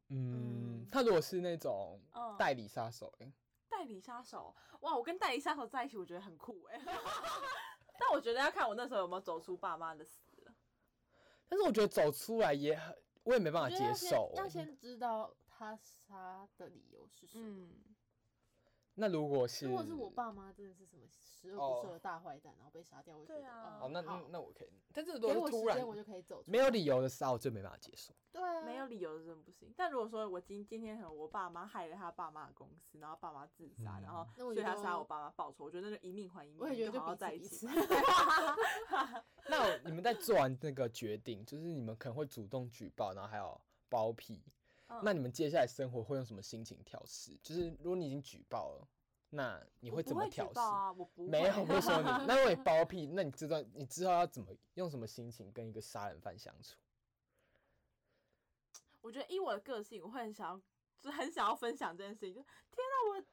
嗯嗯，他如果是那种嗯，代理杀手、欸，代理杀手，哇，我跟代理杀手在一起，我觉得很酷 [laughs] 哎、但我觉得要看我那时候有没有走出爸妈的死了。但是我觉得走出来也很，我也没办我法觉接得要先受、要欸先知道他杀的理由是什么。嗯，那如果是，如果是我，爸妈真的是什么十恶哦不赦的大坏蛋，然后被杀掉，我就觉对得啊哦，那那好那我可以，但是如给果我是时突然间我就可以走出来。没有理由的杀，我就没办法接受。对啊，没有理由的真的不行。但如果说我今今天可能我爸妈害了他爸妈的公司，然后爸妈自杀，嗯然后那所我以觉他得杀我爸妈报仇，我觉得那就一命还一命，我也觉得就就好好在一彼起此吧。 [laughs] 彼此那我你们在做完那个决定， [laughs] 就是你们可能会主动举报，然后还有包庇。嗯那你们接下来生活会用什么心情调试？就是如果你已经举报了，那你我会不怎么举调试？报啊？我不没有，会为什么你？那如果你包庇，那你知道你知道要怎么用什么心情跟一个杀人犯相处？ [laughs] 我觉得以我的个性，我会很想要，就很想要分享这件事情。就天啊，我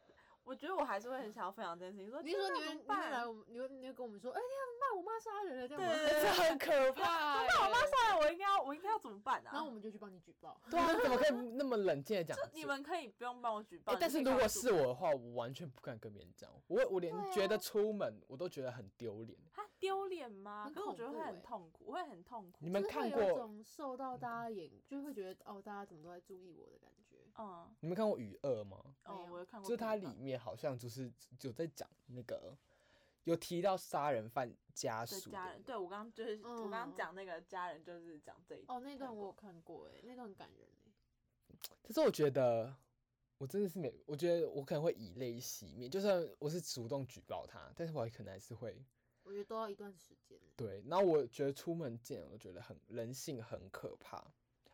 我觉得我还是会很想要分享这件事情。说你是天说啊怎你们么你们办来我们你们你们跟我们说，哎、你看怎么办？我妈杀人了这样对吗？对这很可怕 [laughs] 欸、那我妈上来，我应该要我应该要怎么办啊？然后我们就去帮你举报。对啊，你怎么可以那么冷静的讲就这？你们可以不用帮我举报，哎、你但可是以如告果诉是我的话，我完全不敢跟别人讲，我我连对觉得啊出门我都觉得很丢脸。啊丢脸吗？很可是我恐觉得会怖很欸痛苦，我会很痛苦。你们就是看会有一过嗯种受到大家眼，就会觉得哦，大家怎么都在注意我的感觉。嗯，你们看过《雨二》吗？哦没，有我有看过就是片它段，里面好像就是有在讲那个，有提到杀人犯家对属的家人，对我刚刚就是我刚刚嗯讲那个家人，就是讲这一哦，那段看我过有看过、哎，那段很感人、哎。可是我觉得，我真的是没，我觉得我可能会以泪洗面，就算我是主动举报他，但是我可能还是会我觉得都要一段时间、哎对。然后我觉得出门见人，我觉得很人性很可怕，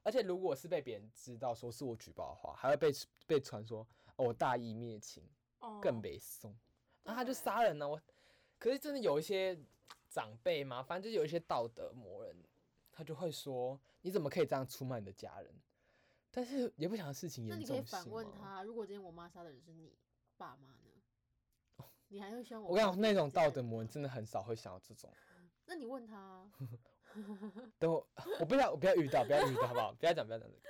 而且如果是被别人知道说是我举报的话，还会被被传说哦我大义灭亲，哦更北宋，那、他就对杀人呢、啊我可是真的有一些长辈嘛，反正就是有一些道德魔人，他就会说你怎么可以这样出卖你的家人？但是也不想事情那严你可以重性反问嘛他，如果今天我妈杀的人是你爸妈呢？你还会希望哦我跟爸你讲，那种是家道人德魔人吗真的很少会想到这种。那你问他啊，等我，我不要，我不要遇到，不要遇到，好不好？不要讲，不要讲这个。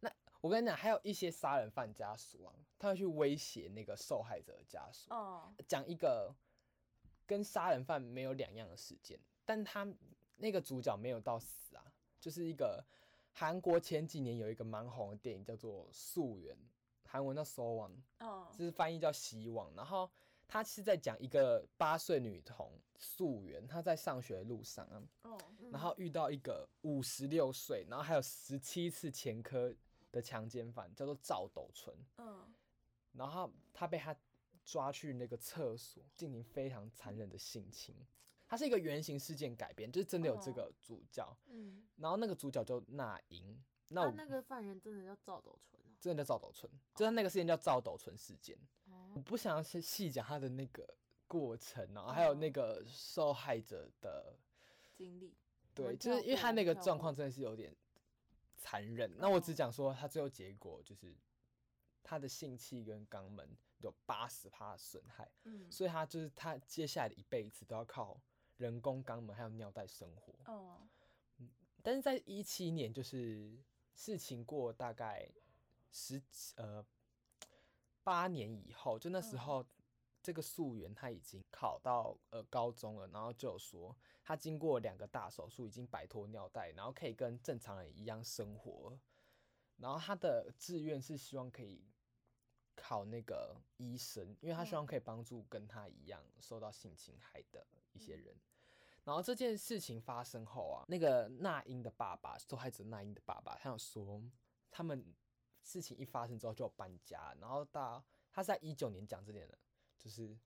那我跟你讲，还有一些杀人犯家属啊，他会去威胁那个受害者的家属。嗯讲一个跟杀人犯没有两样的事件，但他那个主角没有到死啊，就是一个韩国前几年有一个蛮红的电影叫做《溯源》，韩文叫《So o n 嗯就是翻译叫希望。然后他是在讲一个八岁女童溯源，她在上学的路上啊，嗯然后遇到一个五十六岁，然后还有十七次前科的强奸犯，叫做赵斗淳。嗯，然后他被他抓去那个厕所进行非常残忍的性侵。它是一个原型事件改编，就是真的有这哦啊个主角，嗯，然后那个主角叫那英，那他我那个犯人真的叫赵斗淳哦真的叫赵斗淳，就是那个事件叫赵斗淳事件。嗯我哦，不想要细细讲他的那个过程然后还有那哦个受害者的，经历我对，们就是跳因为过他我们那个跳状过嗯况真的是有点残忍。那我只哦讲说他最后结果就是他的性器跟肛门有八十趴的损害，嗯所以他就是他接下来的一辈子都要靠人工肛门还有尿袋生活。哦嗯但是在一七年，就是事情过大概十几呃八年以后，就那时嗯候、这个溯源他已经考到呃高中了，然后就有说他经过两个大手术，已经摆脱尿袋，然后可以跟正常人一样生活了。然后他的志愿是希望可以考那个医生，因为他希望嗯可以帮助跟他一样受到性侵害的一些嗯人。然后这件事情发生后啊，那个那英的爸爸，受害者那英的爸爸，他想说，他们事情一发生之后就搬家，然后到他是在一九年讲这点的，就是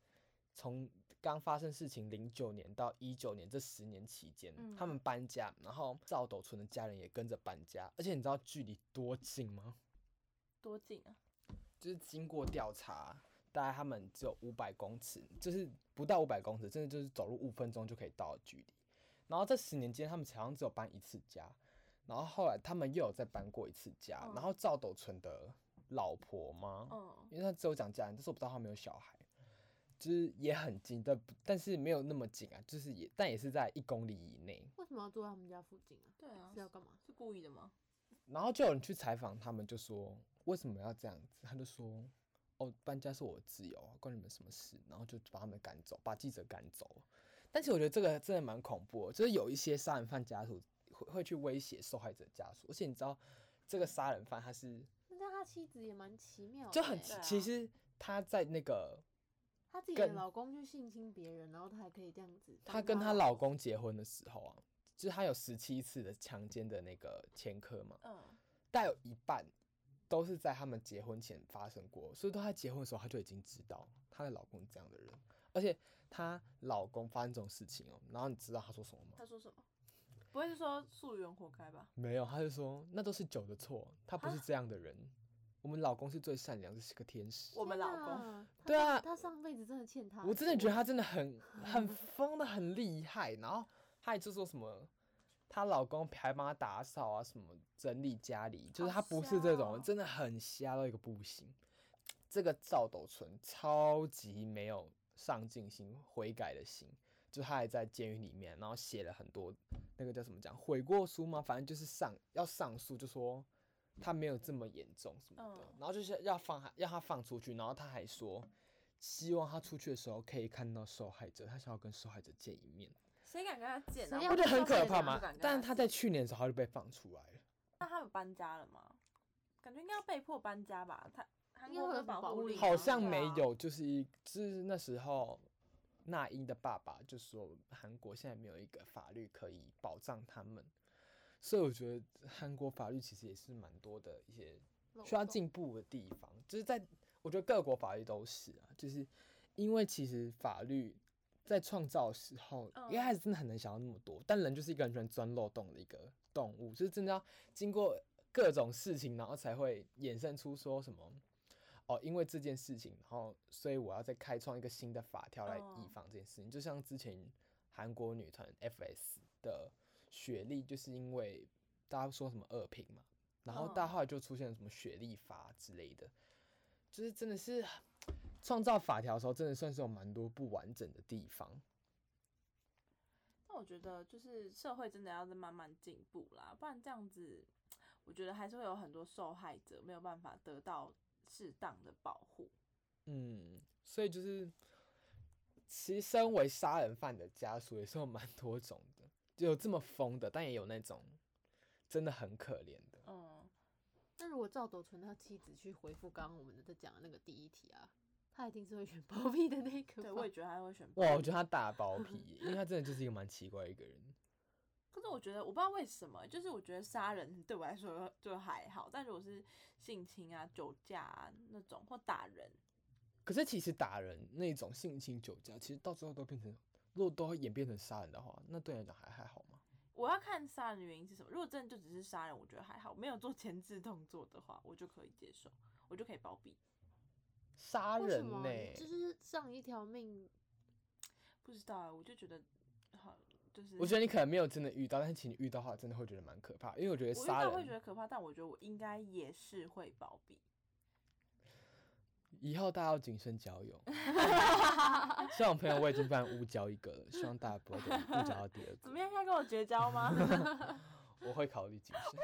从刚发生事情零九年到一九年这十年期间，嗯他们搬家，然后赵斗淳的家人也跟着搬家，而且你知道距离多近吗？多近啊？就是经过调查，大概他们只有五百公尺，就是不到五百公尺，真的就是走路五分钟就可以到的距离。然后这十年间，他们好像只有搬一次家，然后后来他们又有再搬过一次家。嗯然后赵斗淳的老婆吗？嗯，因为他只有讲家人，但是我不知道他有没有小孩，就是也很近，但不但是没有那么近啊，就是也但也是在一公里以内。为什么要住在他们家附近啊？对啊是，要干嘛？是故意的吗？然后就有人去采访他们，就说为什么要这样子？他就说，哦，搬家是我的自由啊，关你们什么事？然后就把他们赶走，把记者赶走了。但是我觉得这个真的蛮恐怖的就是有一些杀人犯家属会会去威胁受害者家属，而且你知道这个杀人犯他是那他妻子也蛮奇妙的欸，就很对啊其实他在那个她自己的跟老公去性侵别人，然后她还可以这样子。她跟她老公结婚的时候啊，就是她有十七次的强奸的那个前科嘛，嗯，大概有一半都是在他们结婚前发生过，所以都在结婚的时候，她就已经知道她的老公是这样的人，而且她老公发生这种事情哦，然后你知道她说什么吗？他说什么？不会是说素媛活该吧？没有，她就说那都是酒的错，她不是啊这样的人，我们老公是最善良的，是个天使。我们老公，公对啊她上辈子真的欠他很多。我真的觉得她真的 [laughs] 很很疯的很厉害，然后她还就说什么。她老公还帮她打扫啊，什么整理家里，就是好她不是这瞎种哦人，真的很瞎到一个不行。这个赵斗淳超级没有上进心、悔改的心，就他还在监狱里面，然后写了很多那个叫什么讲悔过书吗？反正就是上要上诉，就说他没有这么严重什么的，嗯然后就是要放他要他放出去，然后他还说希望他出去的时候可以看到受害者，他想要跟受害者见一面，谁敢跟他见啊？谁要不觉我得很受可害者怕不吗敢跟？但他他在去年的时候他就被放出来了，那他们搬家了吗？感觉应该要被迫搬家吧？他韩应该国会的有什保么保护护令令吗啊好像对没啊有，就是一就是那时候。那英的爸爸就说，韩国现在没有一个法律可以保障他们，所以我觉得韩国法律其实也是蛮多的一些漏需要洞进步的地方，就是在我觉得各国法律都是啊，就是因为其实法律在创造的时候，嗯一开始真的很难想到那么多，但人就是一个很喜欢钻漏洞的一个动物，就是真的要经过各种事情，然后才会衍生出说什么。哦，因为这件事情，然后所以我要再开创一个新的法条来哦以防这件事情。就像之前韩国女团 FS 的学历，就是因为大家说什么恶评嘛，然后大家嗯后来就出现了什么学历法之类的，就是真的是创造法条的时候，真的算是有蛮多不完整的地方。那我觉得就是社会真的要在慢慢进步啦，不然这样子，我觉得还是会有很多受害者没有办法得到适当的保护。嗯，所以就是，其实身为杀人犯的家属也是有蛮多种的，有这么疯的，但也有那种真的很可怜的。嗯，那如果赵斗淳他妻子去回复刚刚我们在讲的那个第一题啊，他一定是会选包庇的那 [laughs] 个吧。对，我也觉得他会选。哇，我觉得他大包皮耶，因为他真的就是一个蛮奇怪的一个人。可是我觉得我不知道为什么，就是我觉得杀人对我来说就还好，但如果是性侵啊、酒驾啊那种或打人，可是其实打人那种性侵酒驾，其实到最后都变成，如果都会演变成杀人的话，那对你来讲还还好吗？我要看杀人的原因是什么。如果真的就只是杀人，我觉得还好，没有做前置动作的话，我就可以接受，我就可以包庇。杀为什人么呢、就是上一条命，不知道啊，我就觉得好，就是我觉得你可能没有真的遇到，但是其实你遇到的话，真的会觉得蛮可怕，因为我觉得我遇杀到会觉人得可怕，但我觉得我应该也是会包庇。以后大家要谨慎交 [laughs] 友。像我朋友，我已经犯误交一个了，希望大家不要再误交到第二个。怎么样，要跟我绝交 [laughs] 吗？我会考虑谨慎，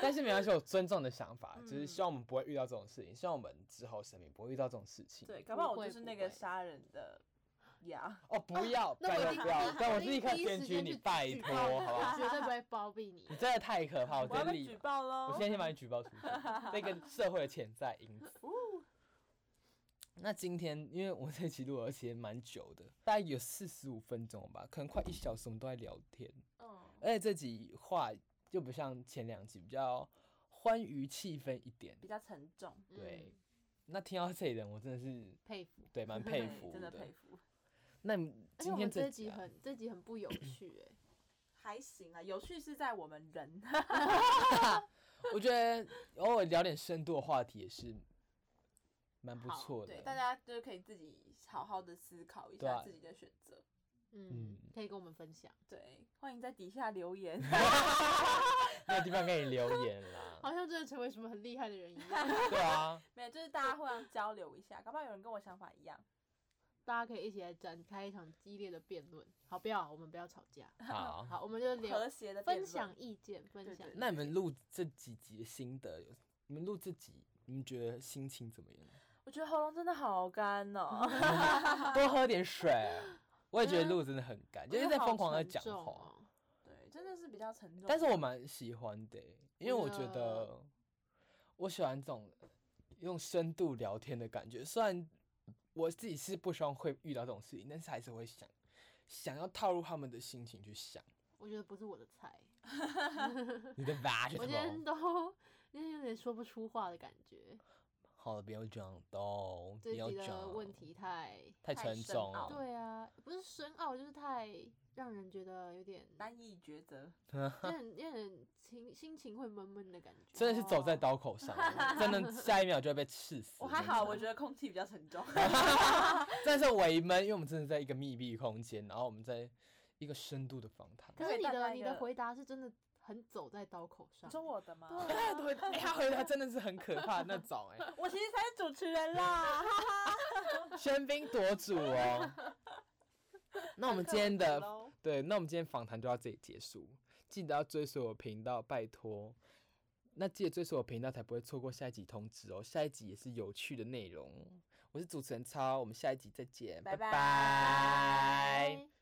但是没关系，我尊重你的想法，嗯就是希望我们不会遇到这种事情，希望我们之后生命不会遇到这种事情。 [laughs] 对，搞不好不我会就是不那个会杀人的呀。哦，不要，啊那拜我托一定不要第一，但我第立一刻第一检时举间你，去拜举托，报好不 [laughs] 好？绝对不会包庇你你。真的太可怕，我我要真的被举报喽 [laughs] 我！现在先把你举报出去，这个社会的潜在因子。呜那今天因为我这期录而且蛮久的，大概有四十五分钟吧，可能快一小时，我们都在聊天。嗯，而且这集话就不像前两集比较欢愉气氛一点。比较沉重， [laughs] 对嗯，那听到这里的人，我真的是佩服。对 [laughs] 蛮对佩服真的佩服。那你而且我今们天这集、集啊、很这集很不有趣哎、还行啊，有趣是在我们人，我觉得偶尔聊点深度的话题也是蛮不好错的。对，大家就是可以自己好好的思考一对啊下自己的选择。嗯嗯，可以跟我们分享。对，欢迎在底下 [laughs] 留言。没有地方给你留言 [laughs] 好啦。像真的成为什么很厉害的人一样， [laughs] 对啊，没有，就是大家互相交流一下，搞不好有人跟我想法一样。大家可以一起来展开一场激烈的辩论。好，不要，我们不要吵架。好。好，我们就聊和谐的辩分论享意见，分对享对。哦那你们录这几集的心得，有你们录这集，你们觉得心情怎么 [laughs] 样？我觉得喉咙真的好干哦，嗯多喝点水。我也嗯觉得录真的很干，就是在疯狂的讲好沉重话，哦对，真的是比较沉重。但是我蛮喜欢的欸、因为我觉真的得我喜欢这种用深度聊天的感觉。虽然我自己是不希望会遇到这种事情，但是还是会想想要套入他们的心情去 [laughs] 想。我觉得不是我的菜，你的吧，是我什今天么？都今天有点说不出话的感觉。好了，不要讲都，不这要集的讲问题太太太沉深重奥了。对啊，不是深奥，就是太让人觉得有点，难以抉择，有点有点情心情会闷闷的感觉。真的是走在哦刀口上了，真 [laughs] 的下一秒就会被刺死。我还好，我得。觉得空气比较 [laughs] 沉重。但是微闷，因为我们真的在一个密闭空间，然后我们在一个深度的访 [laughs] 谈。可是你大家的一你的个回答是真的很走在刀口上。你说我的吗？对他啊回答，哎、他回答真的是很可怕的那种、哎，我其实才是主持人啦。喧宾夺主哦。那我们今天很刻的苦咯对，那我们今天访谈就到这里结束，记得要追随我频道，拜托。那记得追随我频道，才不会错过下一集通知哦。下一集也是有趣的内容。我是主持人超，我们下一集再见，拜拜拜拜拜